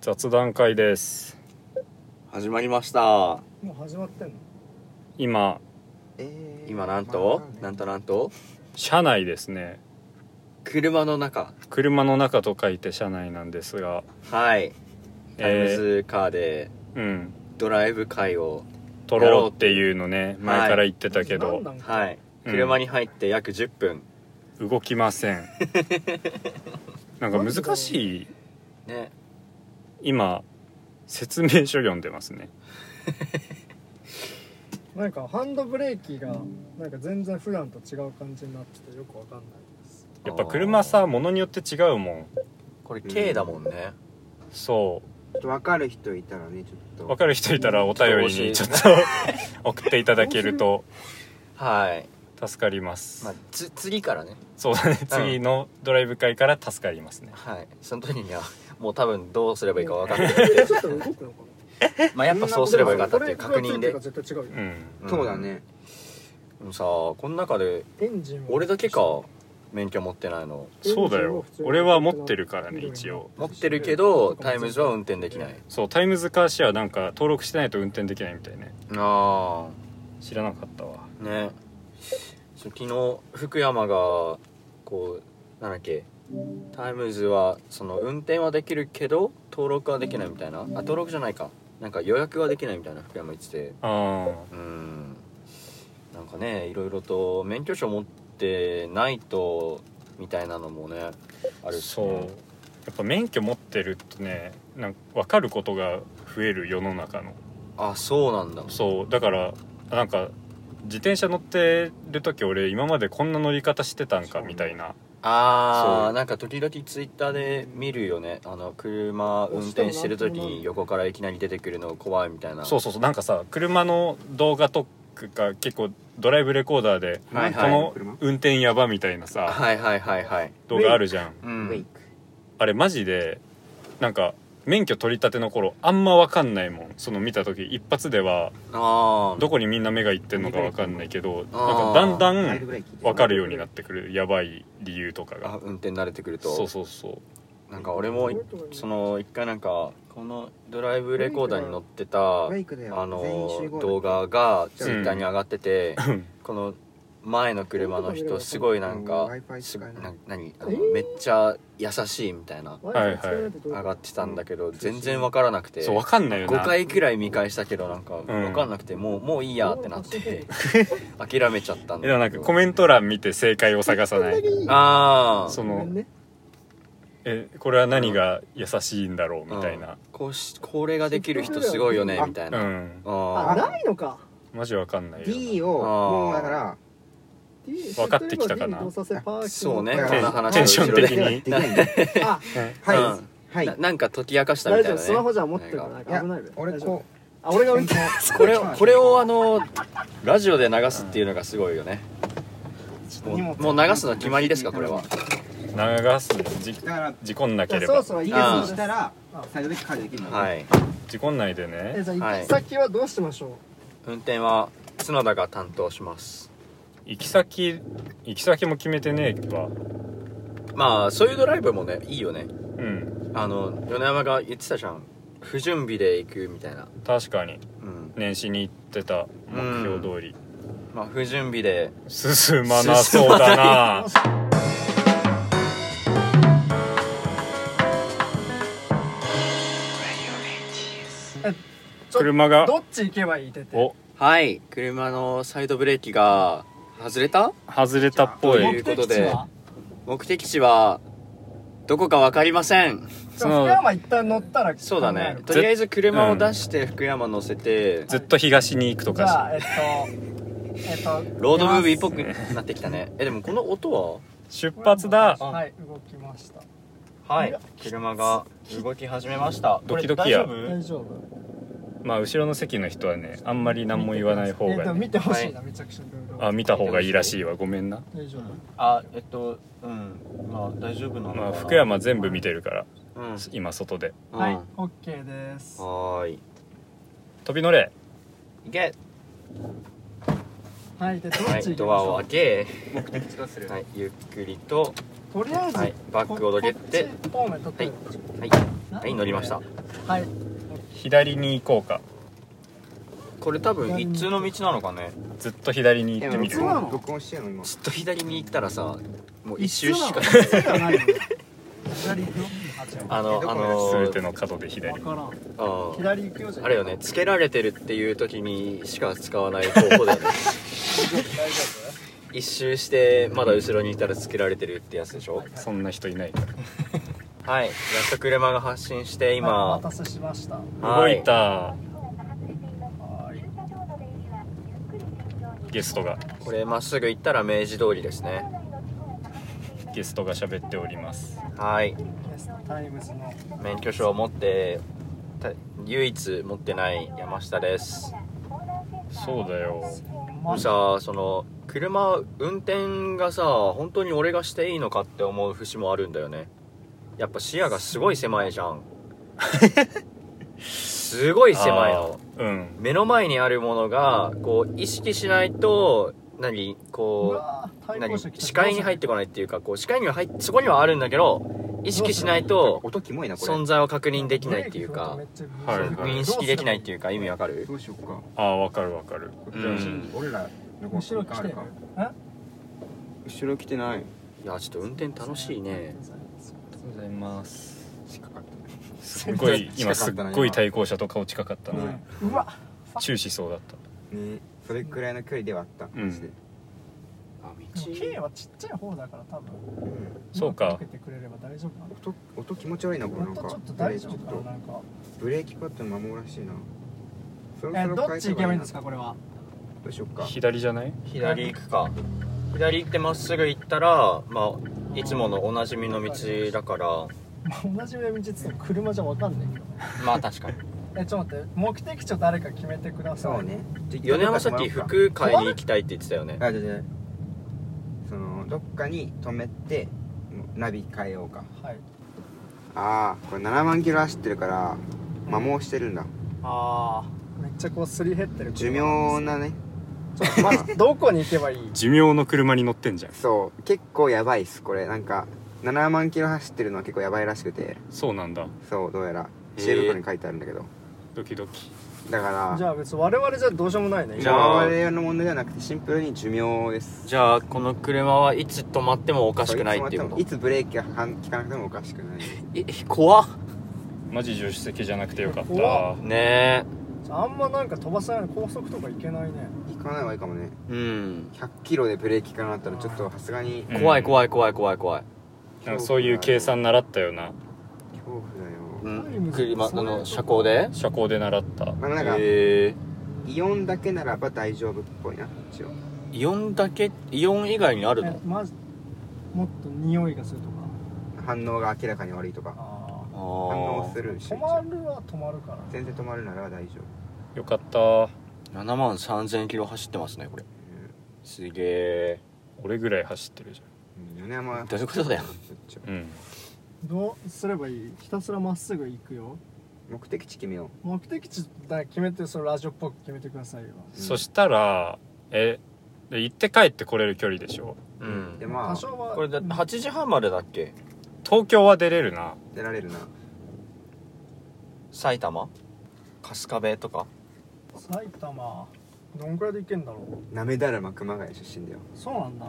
雑談会です始まりましたもう始まってんの今今なんと、なんとなんと車内ですね車の中車の中と書いて車内なんですがはいタイムえーズカーでうんドライブ会を、撮ろうっていうのねう前から言ってたけ何ど、なんかはいうん車に入って約10分、動きま せんなんか難しいね今説明書読んでますねなんかハンドブレーキがなんか全然普段と違う感じになっててよくわかんないですやっぱ車さ物によって違うもんこれ K だもんね、そちょっと分かる人いたらねちょうっと分かる人いたらお便りにちょ っと送っていただけるとはい、助かります、まあ、つ次からねそうだね次のドライブ会から助かりますねはいその時にはもう多分どうすればいいか分かんないちょっと動くのかなまあやっぱそうすればよかったっていう確認でこれ絶対違ううよんそうだねうんさあこの中でエンジンは俺だけか免許持ってないのそうだよ俺は持ってるからね一応持ってるけどタイムズは運転できないそうタイムズカーシェアなんか登録してないと運転できないみたいねああ知らなかったわねそう昨日福山がこうなんだっけタイムズはその運転はできるけど登録はできないみたいなあ登録じゃないかなんか予約はできないみたいな福山言っててあうーんなんかねいろいろと免許証持ってないとみたいなのもねああるそうやっぱ免許持ってるとねなんか分かることが増える世の中のあそうなんだそうだからなんか自転車乗ってる時俺今までこんな乗り方してたんかみたいなあそあうんか時々ツイッターで見るよねあの車運転してる時に横からいきなり出てくるの怖いみたいなそうそうそうなんかさ車の動画とか結構ドライブレコーダーで、はいこはいの運転やばみたいなさはいはいはいはい、動画あるじゃんうウェイん、クあれマジでなんか免許取り立ての頃あんま分かんないもんその見た時一発ではあどこにみんな目がいってんのか分かんないけどなんあーかだんだサイドんブレーキ分かるようになってくるやばい理由とかあが運転慣れてくるとそうそうそうなんか俺もその一回なんかこのドライブレコーダーに載ってたウェイクだよあ全員集の合動画がツイッターに上がってて、うんこの前の車の人すごいなんかすな何あのえーめっちゃ優しいみたいなはいはい上がってたんだけど全然わからなくてそう分かんないよな5回くらい見返したけどなんか分かんなくて、もうもういいやってなって 諦めちゃったんえだけでどもなんかコメント欄見て正解を探さないああそごめのんねえこれは何が優しいんだろうみたいなこうしこれができる人すごいよねあみたいうな、んああないのかマジ分かんないよ D なをあーもうだから分かってきたかなそうねこんな話テンション的できないにできないん であはいうんはいななんか解き明かしたみ大たい丈夫なスねマホじゃ持ってるからいや危ないべ俺大丈夫こうあ俺が運転これをこれをあのラジオで流すっていうのがすごいよねもうもう流すの決まりですかこれは流すじだから事故んなけれじゃあばそろそろいいリですあガースしたらサイドブレーキ解除できるのはい事故んないでえねじゃあは行いき先はどうしましょ運転は角田が担当します行き先行き先も決めてねえわまあそういうドライブもねいいよねうんあの米山が言ってたじゃん不準備で行くみたいな確かにうん年始に行ってた目標通り、まあ不準備で進まなそうだなうちょ車がどっち行けばいいってておはい車のサイドブレーキが外れた外れたっぽといいうことで目目的的地は地はどこか分かりませんじゃあ福山一旦乗ったら考えるそうだねととりありあええずず車車をを出出して福山乗せて、ずっと東に行くとじゃあかえっとえっとロードムービーっぽくなってきたねえでもこの音は出発だはい動きましたはい車が動き始めましたドキドキやこれ大丈大丈夫まあ後ろの席の人はねあんまり何も言わない方えっがとね見てほしいなめちゃくちゃいろいろあ見た方がいいらしいわごめんな大丈夫夫あえっとうんまあ大丈夫なのかなまあ福山全部見てるからうんうん今外ではい OK ですははーい飛び乗れ行けいでどっはち行いきドアましをょ開けするはいゆっくりとうとりあえずはいバックをどけてここっち方面取ってはい乗りましたはい左に行こうかこれ多分一通の道なのかねずっと左に行ってみる今録音録音してんの今ずっと左に行ったらさもう一周しか一周じゃないのよ左行くよあちゃんあのあの全ての角で左分からんあー左行くよじゃんあれよねつけられてるっていう時にしか使わない方法だ よね大丈一周してまだ後ろにいたらつけられてるってやつでしょそんな人いないからはいやっと車が発進して夫今お待たせしました動はいたはいゲストがこれまっすぐ行ったら明治通りですねゲストが喋っておりますはいゲストタイムズの免許証を持ってた唯一持ってない山下ですそうだよマジさその車運転がさ本当に俺がしていいのかって思う節もあるんだよねやっぱ視野がすごい狭いじゃんすごい狭いのあーうん目の前にあるものがこう意識しないと何うこわーう対何向車来た視界に入ってこないっていうかこう視界には入っそこにはあるんだけど意識しないと音キモいなこれ存在を確認できないっていうかブレーキ踏むとめっちゃはい認識できないっていうか意味わかるどうしよっかああわかるわかるうん俺らの後ろ来あてるるかあ後ろ来てないいやちょっと運転楽しいねうございます近かったすっご い今すっごい対向車と顔近かったうなんうわ注視そうだったねそれくらいの距離ではあったんマジであでも K はちっちゃい方だから多分うんそううまかく受けてくれれば大丈夫なの音音気持ち悪いなこれなほんんとかちょっと大丈夫ちかょっななんかとブレーキパッドの守らしいなそろえそろどっち行けばいいんですかかこれはどうしよっか左じゃない左行くか左行ってまっすぐ行ったらまあいつものおなじみの道だから同じ上道っつっても車じゃ分かんないけどまあ確かにえちょっと待って目的地を誰か決めてくださいそうね 米山さっき服買いに行きたいって言ってたよねあじゃあじゃあそのどっかに止めてナビ変えようかはいああこれ7万キロ走ってるから摩耗してるんだあめっちゃこうすり減ってる寿命なねちょっとまあどこに行けばい い寿命の車に乗ってんじゃんそう結構やばいっすこれなんか7万キロ走ってるのは結構やばいらしくてそうなんだそうどうやらへー知恵袋に書いてあるんだけど、ドキドキだからじゃあ別に我々じゃどうしようもないねじゃあ我々の問題ではなくてシンプルに寿命ですじゃあこの車はいつ止まってもおおかしくないっていうこといつブレーキがはん効かなくてもおかしくないえ怖っマジ助手席じゃなくてよかっ怖たねあんまなんか飛ばさない高速とか行けないね行かない方がいいかもねえうん100キロでブレーキ効かなかったらちょっとさすがにうん怖い怖い怖い怖い怖い、なんかそういう計算習ったよな恐怖だようタイん、ムズ車あの車高で車高で習ったまあなんか、へえイオンだけならば大丈夫っぽいな一応イオンだけイオン以外にあるえのまずもっと匂いがするとか反応が明らかに悪いとかああ反あ応するし止まるは止まるから全然止まるなら大丈夫よかったあ7万3000キロ走ってますねこれすげえ俺ぐらい走ってるじうん米山どういうことだよゃんうんどうすればいいひたすらまっすぐ行くよ目的地決めよ目的地だ決めてそのラジオっぽく決めてくださいようんそしたらえで行って帰ってこれる距離でしょううでんま多あ少はこれだうん8時半までだっけ東京は出れるな出られるな埼玉春日部とか埼玉どんくらいで行けんだろうなめだるま熊谷出身だよそうなん だ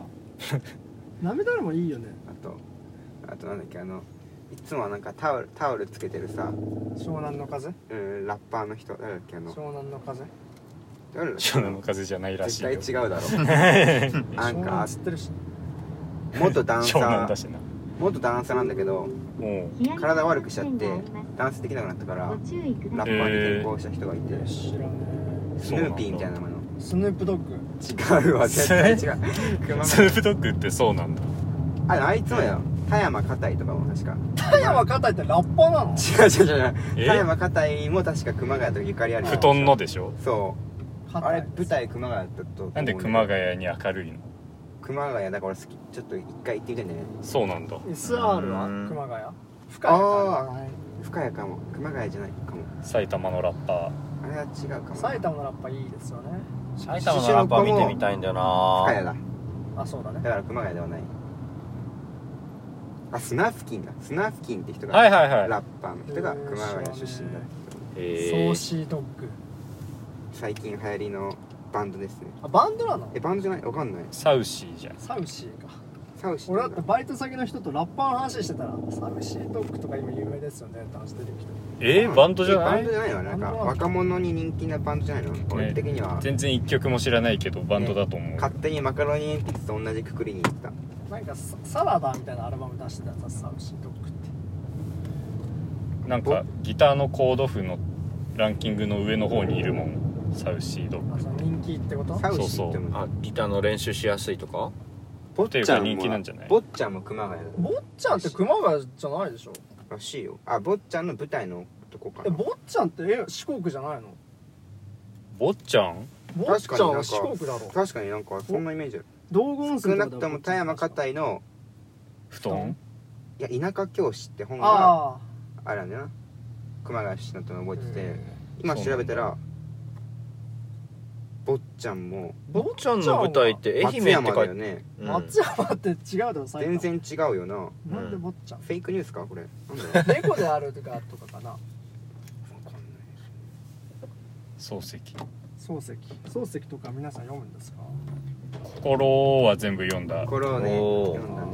涙でもいいよねあとあとなんだっけあのいつもはなんかタオルタオルつけてるさ、湘南の風うん、ラッパーの人誰だっけあの湘南の風誰だっけ湘南の風じゃないらしい絶よ対違うだろな湘ん南か釣ってるし元ダンサ湘南だーしな元ダンサーなんだけども体悪くしちゃってダンスできなくなったからラッパーに転向した人がいて、知らねうスヌーピーみたいな名えスヌープドッグ前の違うわ絶対違う熊ス谷ープドッグってそうなんだああいつもだよ田山片井とかも確か田山片井ってラッパーなの違う違う違うえ田山片井も確か熊谷とゆかりあるよ布団のでしょそうあ片れ井舞台熊谷だったと思うなんで熊谷に明るいの熊谷だから俺好きちょっと一回行ってみてねそうなんだ SR うはん熊谷深あ谷かあ深谷かも熊谷じゃないかも埼玉のラッパあれは違うかもな深埼玉のラッパーいいですよね埼玉のラッパー見てみたいんだよな谷だあそうだねだから熊谷ではないあスナフキンだスナフキンって人が、はいはいはいラッパーの人が熊谷出身だってソえーシードッグ最近流行りのバンドですねあバンドなのえバンドじゃないわかんないサウシーじゃんサウシーかサウシ俺だーってバイト先の人とラッパーの話してたらサウシードッグとか今有名ですよねって話出てきてえー、バンドじゃなえバンドいじゃないのなんかバンドは若者に人気なバンドじゃないの俺的には全然一曲も知らないけどバンドだと思う、勝手にマカロニ鉛筆と同じくくりに行ったなんかササラダみたいなアルバム出してたやつサウシードッグってなんかギターのコード譜のランキングの上の方にいるもんサウシードあその人気ってことサウシーってもあギターの練習しやすいとか坊っていうか人気なんじゃない坊ちゃんも熊谷だ坊ちゃんって熊谷じゃないでしょらしいよあ坊ちゃんの舞台のとこかえな坊ちゃんってえ四国じゃないの坊ちゃん坊確ちかゃにんなはんか四国だろ確かになんかそんなイメージある道後少水なくとも田山かたいの布団いや田舎教師って本があああれなんだよな熊谷市だったの覚えててえ今調べたら坊ちゃんもー坊ちゃんの舞台って愛松媛っ山てだ書よいてねうん松山って違うだろ最全然違うよななんで坊ちゃんフェイクニュースかこれなんだよ猫であるとかとかかな漱石漱石漱石とか皆さん読むんですか心は全部読んだ心をねおー読んだね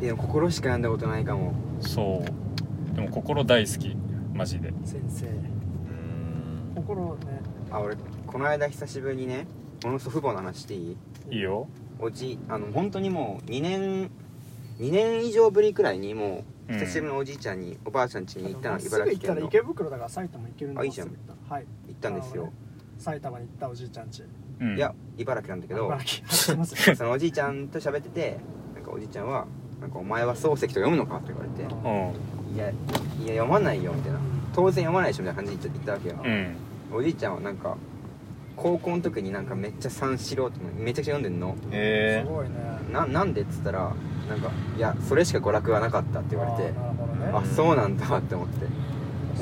いや心しか読んだことないかもそうでも心大好きマジで先生うん心ねあ俺この間久しぶりにねこの祖父母の話していいいいよおじいあの本当にもう2年2年以上ぶりくらいにもううん久しぶりのおじいちゃんに、おばあちゃん家に行ったまっのすぐ茨行城った県らの行池袋だから埼玉行けるんだあいいじゃんまっすぐ行ったらはいったんですよ、埼玉に行ったおじいちゃん家うんいや茨城なんだけど茨 城 すいませんそのおじいちゃんと喋っててなんかおじいちゃんは「なんかお前は漱石と読むのか?」って言われて「うんいやいや読まないよ」みたいな「当然読まないでしょ」みたいな感じで言ったわけよ、うんおじいちゃんはなんか高校の時になんかめっちゃ三四郎とかめちゃくちゃ読んでんのすえごいねななんでっつったらなんか「いやそれしか娯楽はなかった」って言われてあーなるほどねあそうなんだって思って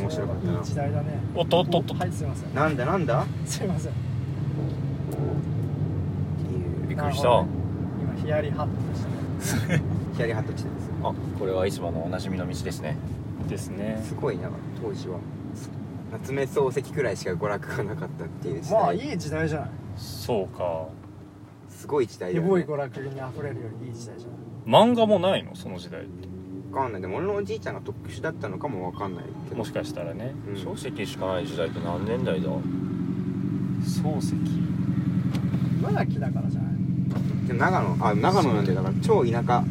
面白かったないい時代だねおっとおっとおっとはいすいませんなんだなんだっすいませんていうびっくりしたなるほ今ヒヤリハットでしたねヒヤリハット地点ですあこれはいつものおなじみの道ですねですねすごいな当時は夏目漱石くらいしか娯楽がなかったっていう時代、まあいい時代じゃないそうかすごい時代だエよ、ね、ボい娯楽に溢れるよりいい時代じゃない漫画もないのその時代わかんないでも俺のおじいちゃんが特殊だったのかもわかんないけどもしかしたらねうん小石しかない時代って何年代だ漱石茨城だからじゃないでも長野あ長野なんだよだから超田舎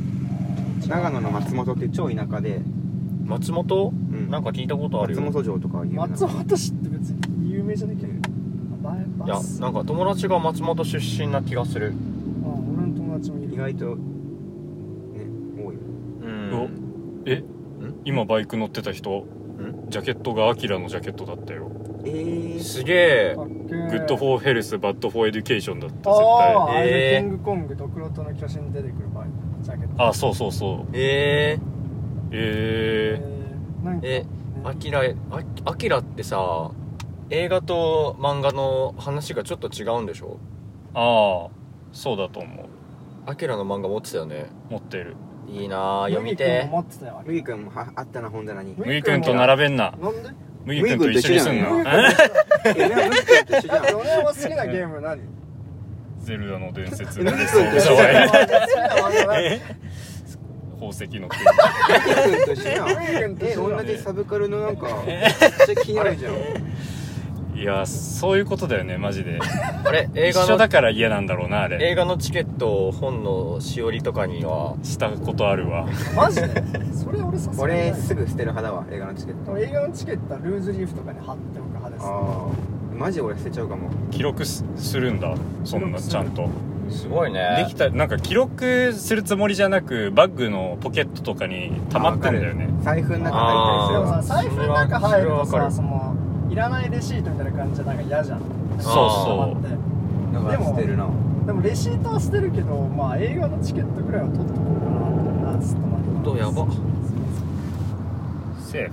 長野の松本っていう超田舎で、松本うん、なんか聞いたことあるよ松本城とかは有名な松本市って別に有名じゃねえけどバイいバやスなんか友達が松本出身な気がするあ俺の友達もい意る外とね多いようんえ今バイク乗ってた人んジャケットがアキラのジャケットだったよえー、すげえかっけグッド・フォーォー・ヘルスバッド・フォー・エデュケーションだった絶ああ対あれえーキングコングドクロとの巨神に出てくるバイクジャケットあそうそうそうええええーなんかえー、アキラあアキラってさ映画と漫画の話がちょっと違うんでしょああそうだと思アキラの漫画持ってたよねう持ってるいいなあ読みて持ってたよあ麦れ君もはあったな本棚 に麦君と並べんななんで麦君と一緒にすん麦な麦君えでも麦君と一緒じ ゃん俺は好きなゲーム何ゼルダの伝説麦の君そうと一じゃ緒わじい好きゃんな漫画何宝石の国麦君と一緒じ ゃん麦君と一緒えじゃん同じサブカルのな んかめっちゃ気になるじゃんいやそういうことだよねマジであれ映一画緒のだから嫌なんだろうなあれ映画のチケットを本のしおりとかにはしたことあるわマジでそれ俺さすがにない俺すぐ捨てる派だわ映画のチケット映画のチケットはルーズリーフとかに貼っておく派ですああマジ俺捨てちゃうかも記録すするんだそんなちゃんとすごいでねきたなんか記録するつもりじゃなくバッグのポケットとかに溜まってんだよね財布の中で入ったりもするさわ財布の中入るとそれはさそのいらないレシートみたいな感じでなんか嫌じゃんそうあそううだから捨てるなでもレシートは捨てるけどまあ映画のチケットくらいは取っとこうかなってずっと待ってどうやばセーフ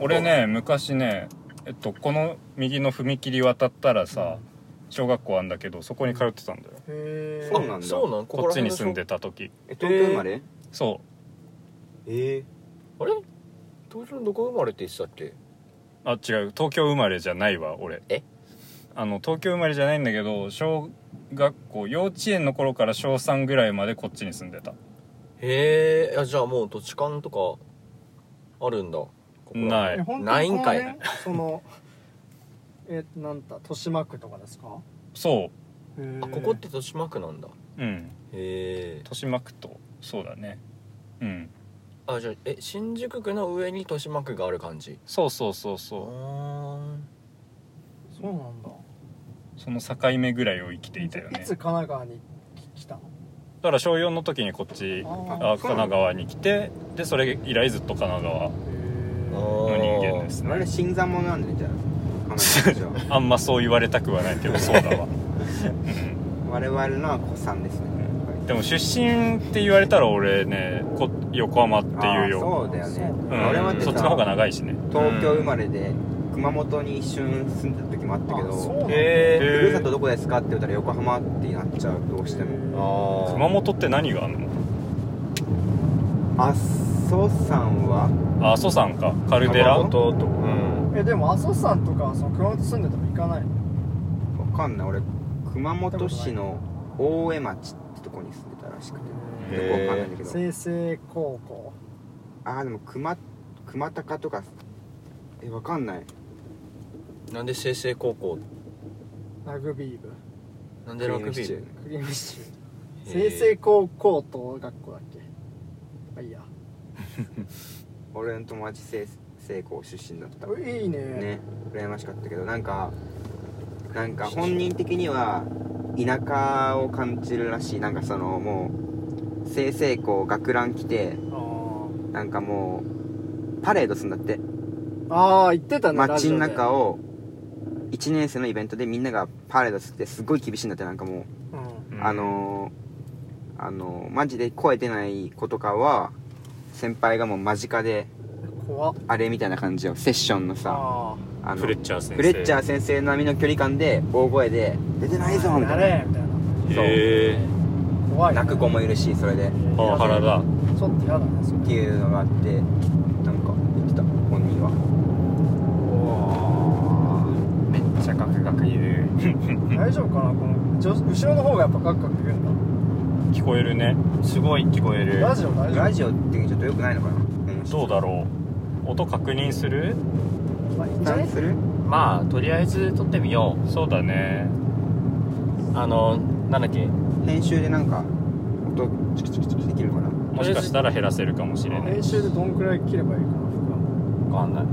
俺ね昔ねえっとこの右の踏切渡ったらさ小学校あんだけどそこに通ってたんだよへえそうなんだそうなんここっちに住んるでた時え東京生まれそえー、あれ東京のどこ生まれって言ってたっけあ違う東京生まれじゃないわ俺えあの東京生まれじゃないんだけど小学校幼稚園の頃から小3ぐらいまでこっちに住んでたへえー、いやじゃあもう土地勘とかあるんだここらないえ本当にないんかいこの辺そのえなんだ豊島区とかですかそあへーここって豊島区なんだううんへえ豊島区とそうだねうんあじゃあえ新宿区の上に豊島区がある感じそうそうそうそうあそうなんだその境目ぐらいを生きていたよいねつ神奈川に来たのだから小4の時にこっちああ神奈川に来てでそれ以来ずっと神奈川へーの人間ですすあれね新参 者なんだねじゃあ彼女たちはあんまそう言われたくはないけどそうだ わ、うん我々のは子さんですねでも出身って言われたら俺ねこ横浜っていうよあーそうだよね、そううん俺までさそっちの方が長いしね東京生まれで熊本に一瞬住んでた時もあったけあそうどなんへだええふるさとどこですかって言ったら横浜ってなっちゃうどうしてもー、ああー熊本って何があるの阿蘇山はあ阿蘇山かカルデラ熊ととうんえでも阿蘇山とかその熊本住んでても行かないのわかんない俺熊本市の大江町ってとこに住んでたらしくてへーよくわかんないんだけど清成高校あーでも熊熊高とかえわかんないなんで清成高校ラグビー部なんでラグビー部クリームシチューへー清成高校と学校だっけあいいや俺の友達成成功出身だったいいねね羨ましかったけどなんかなんか本人的には田舎を感じるらしいなんかそのもう清成校学ラン来てあーなんかもうパレードするんだってあー言ってたね街のを、中を1年生のイベントでみんながパレードしてすごい厳しいんだってなんかもうんう、あのーあのーマジで声出ない子とかは先輩がもう間近で怖っあれみたいな感じよセッションのさああのフレッチャー先生フレッチャー先生並みの距離感で大声で「出てないぞ」みたいなやれみたいなそうへえ怖い泣く子もいるしそれでパワハラだちょっと嫌だねそれっていうのがあってなんか言ってた本人はめっちゃガクガク言う大丈夫かなこのちょ後ろの方がやっぱガクガク言うん聞こえるねすごい聞こえだラジオ大丈ラジオってちょっと良くないのかなどうだろう音確認する夫まあいいんじゃな何いするまあとりあえず撮ってみよそうだねうあのなんだっけ編集でなんか音チクチクチクできるかなもしかしたら減らせるかもしれない練習でどんくらい切ればいいかな服はわかんない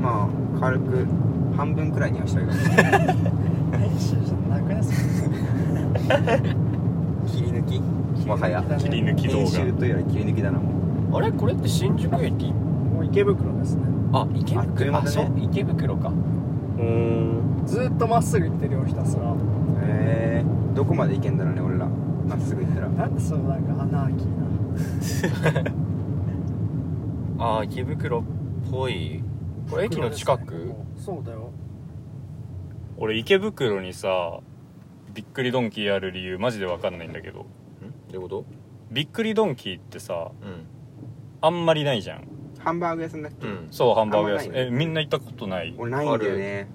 まあ軽く半分くらいにはしてあげる練習じゃなくないですか切り抜きもはや切り抜き動編集画というより切り抜きだなもうあれこれって新宿駅もう池袋ですねあ池あっとい袋う間あだねそう池袋かうんずーっとまっすぐ行ってるよひたすらえー、どこまで行けんだろうね俺らまっすぐ行ったらなんでそのなんかアナーキーなあー池袋っぽいこれ駅の近くそうだよ俺池袋にさびっくりドンキーある理由マジで分かんないんだけどんどういうことびっくりドンキーってさうんあんまりないじゃんハンバーグ屋さんだっけ、うんそうハンバーグ屋あさんんまないえみんな行ったことない俺ないんだよね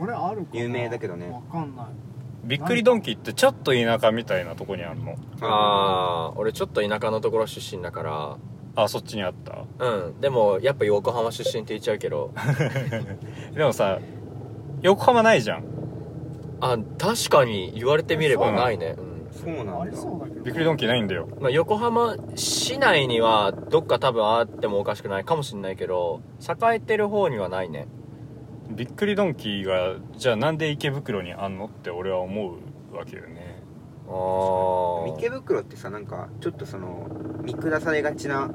俺あるかな有名だけどねわかんないびっくりドンキーってちょっと田舎みたいなとこにあんのああ俺ちょっと田舎のところ出身だかあそっちにあったらうんでもやっぱ横浜出身って言っちゃうけどでもさ横浜ないじゃんあ確かに言われてみればないねうんそうなんだありそうだけどびっくりドンキーないんだよまあ、横浜市内にはどっか多分あってもおかしくないかもしれないけど栄えてる方にはないねびっくりドンキーがじゃあなんで池袋にあんのって俺は思うわけよねあ池あ袋ってさなんかちょっとその見下されがちな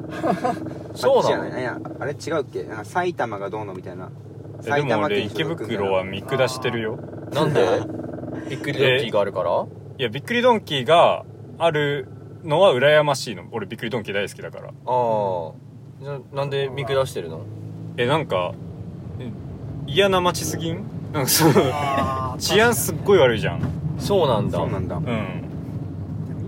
そうじゃなないのいやあれ違うっけなんか埼玉がどうのみたいなえで埼も玉俺県所池属みたいな袋は見下してるよなんで びっくりドンキーがあるからいやびっくりドンキーがあるのは羨ましいの俺びっくりドンキー大好きだからああじゃあなんで見下してるのえなんかえ嫌な街すぎんなんか そうあー治安すっごい悪いじゃんそうなんだそうなんだうんでも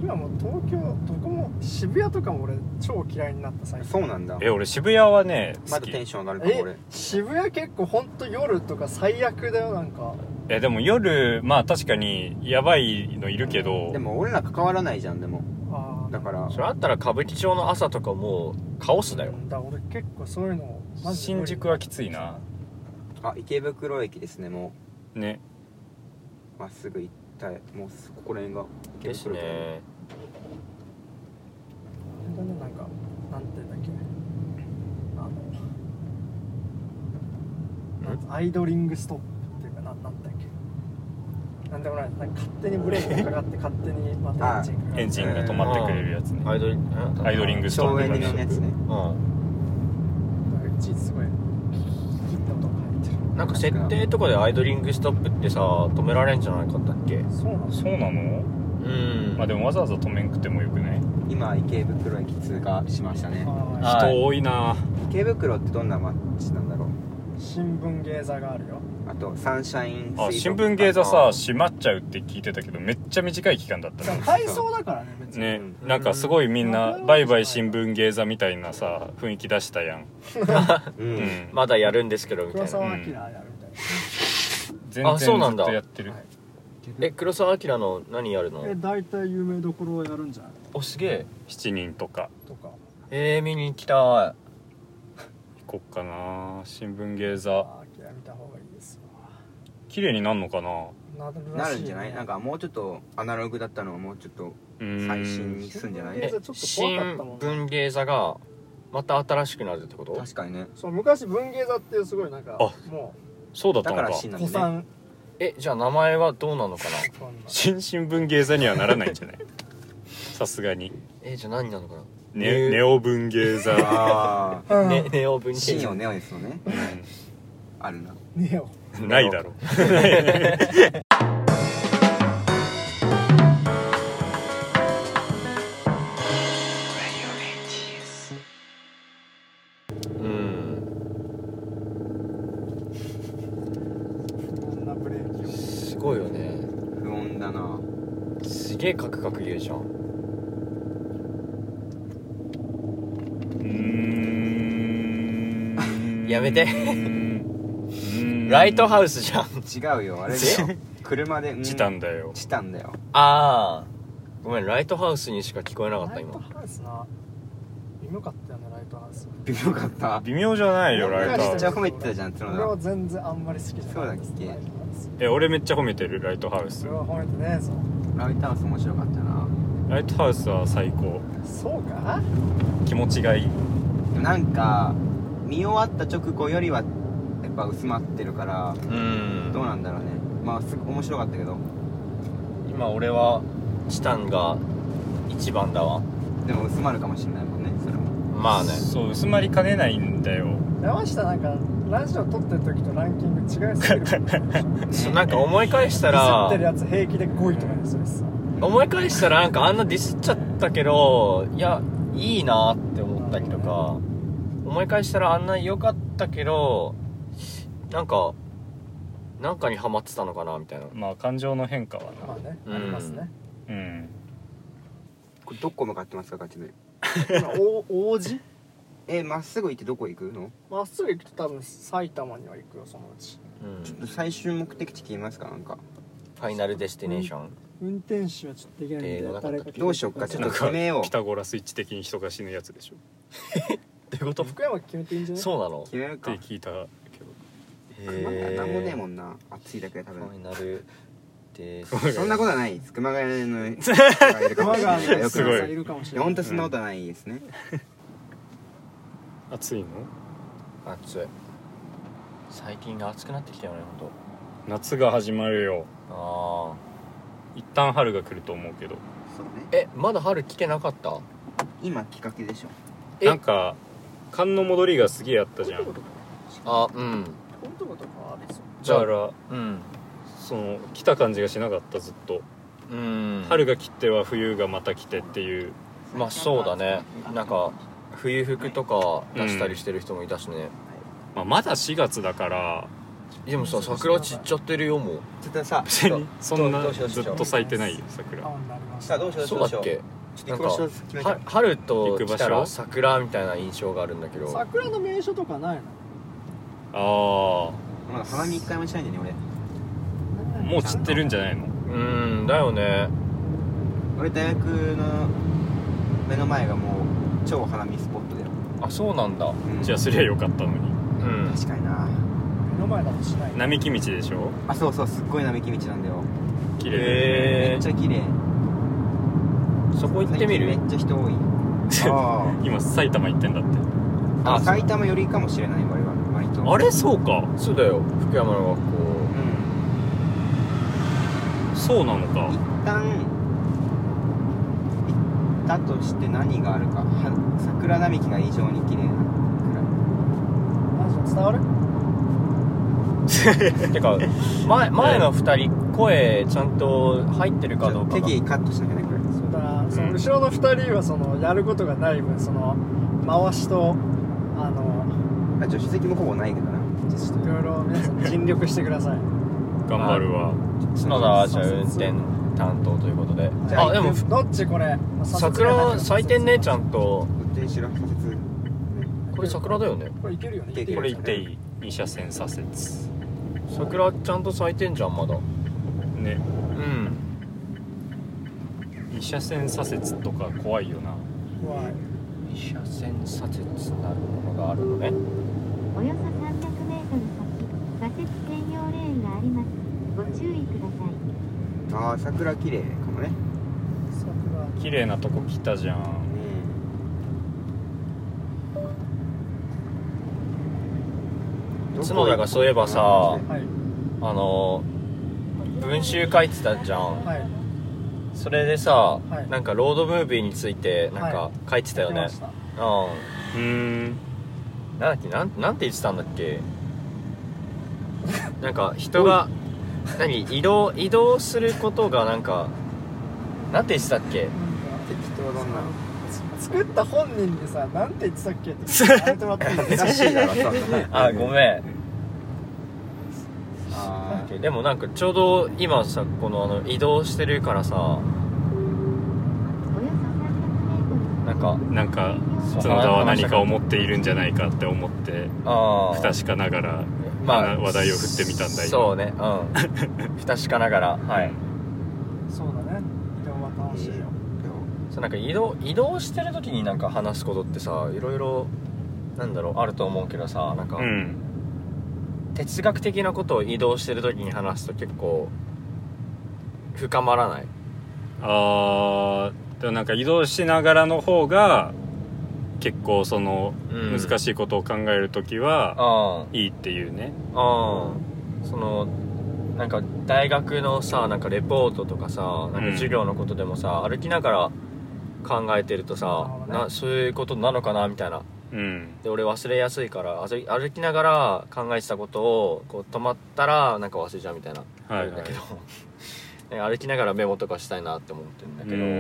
今もう東京どこも渋谷とかも俺超嫌いになった最近そうなんだえ俺渋谷はねま好だきテンション上がるかもえ俺渋谷結構ほんと夜とか最悪だよなんかえでも夜まあ確かにやばいのいるけどでも俺ら関わらないじゃんでもあだからそれあったら歌舞伎町の朝とかもうカオスあだよだ俺結構そういうのマジで新無理宿はきついなあ池袋駅ですねもねうまっすぐ行ったもうここら辺が池です袋だよねだねなんかなんていうんだっけあのなんアイドリングストップっていうかななんだっけなんでもないなんか勝手にブレーキがかかって勝手にまたエンジンかかエンるジンが止まってくれるやつねアイドリアイドリングスト省ッエネプがのねやつねうなんかいちいちすごい切った音が入ってるんなんか設定とかでアイドリングストップってさ止められんじゃなかったっけそうなんそうなのうんまあでもわざわざ止めんくてもよくない今池袋駅通過しましたねだはい人多いな池袋ってどんな街なんだろう新聞芸座があるよあとサンシャインあ水新族館聞芸座さ閉まっちゃうって聞いてたけどめっちゃ短い期間だったでねも改装だからね別にねうんなんかすごいみんなバイバイ新聞芸座みたいなさ雰囲気出したやん、ううんん、まだやるんですけどみたい黒な沢明やるみたいな、全あ然ずそうなっんだとやってるえ黒澤明の何やるのえ大体有名どころをやるんじゃないおすげえ7人とかとかえー、見に行きた行こっかな新聞芸座あきら見た方がいいです綺麗になんのかなわなるらなしるんじゃないなんかもうちょっとアナログだったのはもうちょっとうーん最新にすんじゃなえいちょっと怖か新ったもん文芸座がまた新しくなるってこと確かにねそう昔文芸座っていうすごいなんかあもそうだっただのかから新うなん古だね参えじゃあ名前はどうなのかなこんな新新聞芸座にはならないんじゃない さすがに、えじゃあ何なのかなねねネオ文芸座、うああうんねネ オ文芸新座をネオですよねんあるなねえよないだろうんこんなブレーキをすごいよね不穏だなすげえカクカク言うじゃんうーんやめてうーんライトハウスじゃん違うよあれだよ車でうんチタンだよチタンだよああごめんライトハウスにしか聞こえなかったライト今ハウスな微妙かったよねライトハウス微妙かった微妙じゃないよなんライかトめハっウちスゃ褒めてたじゃん角俺は田全然あんまり好きじゃないそうだっけライトハウスえ俺めっちゃ褒めてるライトハウそスれは褒めてねえぞライトハウス面白かったなライトハウスは最高そうか気持ちがいいでもなんか見終わった直後よりはやっぱ薄まってるからうんどうなんだろうねまあすご面白かったけど今俺はチタンが一番だわでも薄まるかもしれないもんねそれもまあねそう薄まりかねないんだよ山下なんかラジオ撮ってる時とランキング違いすぎるからねそうなんか思い返したディスってるらやつ平気で5位とかにするしさ思い返したらなんかあんなディスっちゃったけどいやいいなって思ったりとか思い返したらあんな良かったけどなんかなんかにハマってたのかなみたいなまあ感情の変化はまあなねうんありますねうんこれどこ向かってますかガチで今お王子えまっすぐ行ってどこ行くのまっすぐ行くと多分埼玉には行くよそのうちうんちょっフと最終目的地決めますかなんかァイナルデスティネーション運転手はちょっとできないんえーでわかった誰かどうしよっかちょっと決めようピタゴラスイッチ的に人が死ぬやつでしょっどういうこと福山決めていいんじゃないそうなの決めるてか聞いたけど熊谷なんもねえもんんな暑いだけで食べフないァイナルデス そんなことはないです熊谷の人がいるかも熊し川のれないよくすなごいいいいるかもしれやない本当そんなことはないですね暑いの暑い最近暑くなってきたよね本夏が始まるよ当。あ一旦春が来ると思うけどそうねあえまだ春来てなかった今きっかけでしょえなんか寒の戻りがすげえあったじゃんあうんこういうとことかはあるぞじだゃあからうんその来た感じがしなかったずっとうん春が来ては冬がまた来てっていうまあそうだねなんか冬服とか出したりしてる人もいたしね、まあ、まだ4月だからでもさ桜散っちゃってるよもうちょっとさ別にそんなどうしようずっと咲いてないよ桜青になりましさあたどうしようそうだっけちょっと行く場所決めちゃはう春と来た行く場所ら桜みたいな印象があるんだけど桜の名所とかないのあまだ花見一回もしないんだよねあもう散ってるんじゃないのうんだよね俺俺大学の目の前がもう超花見スポットだよ、あそうなんだうんじゃあすりゃよかったのにうん確かにな目の前だとしない並木道でしょあそうそうすっごい並木道なんだよ綺麗だよねめへっちゃ綺麗えそこ行ってみ最る近めっちゃ 人多いあ今埼玉行ってんだってあああ埼玉寄りかもしれない我々割とあれそうかそうだよ福山の学校うんそうなのか一旦行ったとして何があるかは桜並木が異常に綺麗なくらいマジで伝わるてか前前の2人声ちゃんと入ってるかどうかが適宜カットしなきゃねこれそうだなそのうん後ろの2人はそのやることがない分その回しとあのあ助手席もほぼないけどなちょっといろいろ皆さん尽力してください頑張るわ角田じゃあ運転担当ということでじゃああでもどっちこれまあ桜咲いてんねちゃんんとどっちにしろ左折これ桜だよねこれいけるよねいけるこよれね行っていい二車線左折桜ちゃんと咲いてんじゃんまだねうん二車線左折とか怖いよな怖い二車線左折なるものがあるのねおよそ300メートル先、左折専用レーンがあります。ご注意ください。ああ桜綺麗かもね桜綺麗なとこ来たじゃんどこ角田がそういえばさはいあの文集書いてたじゃんはいそれでさ、はいなんかロードムービーについてなんかは書いてたよね、出ましたううーんんなんだっけなんなんて言ってたんだっ けなんか人が何移動移動することがなんかなんて言ってたっけ適当 だな作った本人にさなんて言ってたっけって聞いてもらっていいです難かしいだろそんなあごめんあーでもなんかちょうど今さこのあの移動してるからさおよそ300メなートル先んかなんかそう角田は何かを持っているんじゃないかって思ってああ不確かながら話題を振ってみたんだ今そうね うん不確かながらはいそうだねでもまあ楽しいよそうなんか移動移動してる時になんか話すことってさいろいろなんだろうあると思うけどさなんか、うん哲学的なことを移動してる時に話すと結構深まらないあーでもなんか移動しながらの方が結構そのうん難しいことを考える時はあいいっていうねあああそのなんか大学のさなんかレポートとかさなんか授業のことでもさ、歩きながら考えてるとさなるほどねなそういうことなのかなみたいなうんで俺忘れやすいから歩い歩きながら考えてたことをこう止まったらなんか忘れちゃうみたいなはあいるんはだいけど、 ね歩きながらメモとかしたいなって思ってるんだけどううん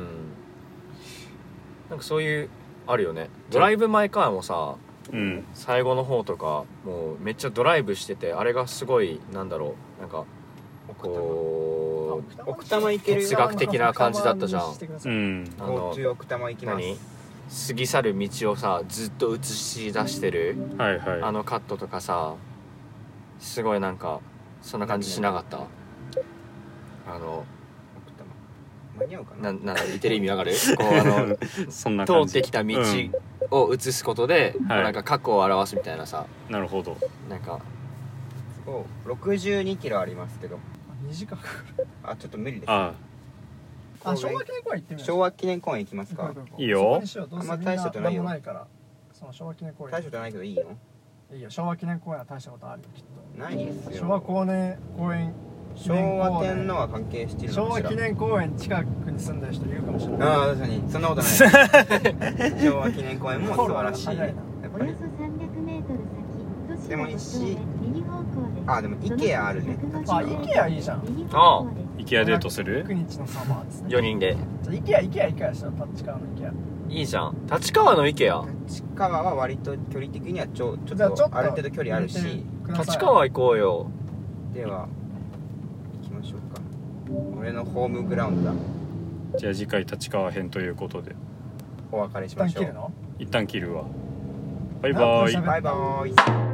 んなんかそういうあるよねドライブ・マイ・カーもさうん最後の方とかもうめっちゃドライブしててあれがすごいなんだろうなんかこう奥多摩行けるよ哲学的な感じだったじゃん奥多摩にしてくださういんあ交の通奥多摩行きます何過ぎ去る道をさずっと映し出してるはいはいあのカットとかさすごいなんかそんな感じしなかったあの奥多摩間に合うかなななんだろう言ってる意味わかるこ うあのそんな通感っじてきた道うんを映すことで、んこうはいなんか過去を表すみたいなさなるほどなんかそう62キロありますけど2時間かかあちょっと無理ですあるあ昭和記念公園行ってみよう昭和記念公園行きますかいいよああんま大したことないよないからその昭和記念公園大したことないけどいいのいいよ昭和記念公園は大したことあるよきっないですとよ昭和公園公園記念公昭園和天皇は関係してる昭のか和しら記念公園近くに住んでる人いるかもしれないああ確かにそんなことない 昭和記念公園も素晴らしいやっおぱよりそ300メートル先、都市でのも5石丁目右方向です。あでも IKEA あるねあ IKEA いいじゃん右方向です。 IKEA デートする9日のサマーですね4人でじゃあ IKEA IKEA IKEA したらタッチカーの IKEA いいじゃん立川の池や立川は割と距離的にはちょちじゃあょっちょっととある程度距離あるし立川行こうよでは行きましょうか俺のホームグラウンドだじゃあ次回立川編ということでお別れし一ま旦しょ切るうの一旦切るわバイバーイなんか喋っバイバーイ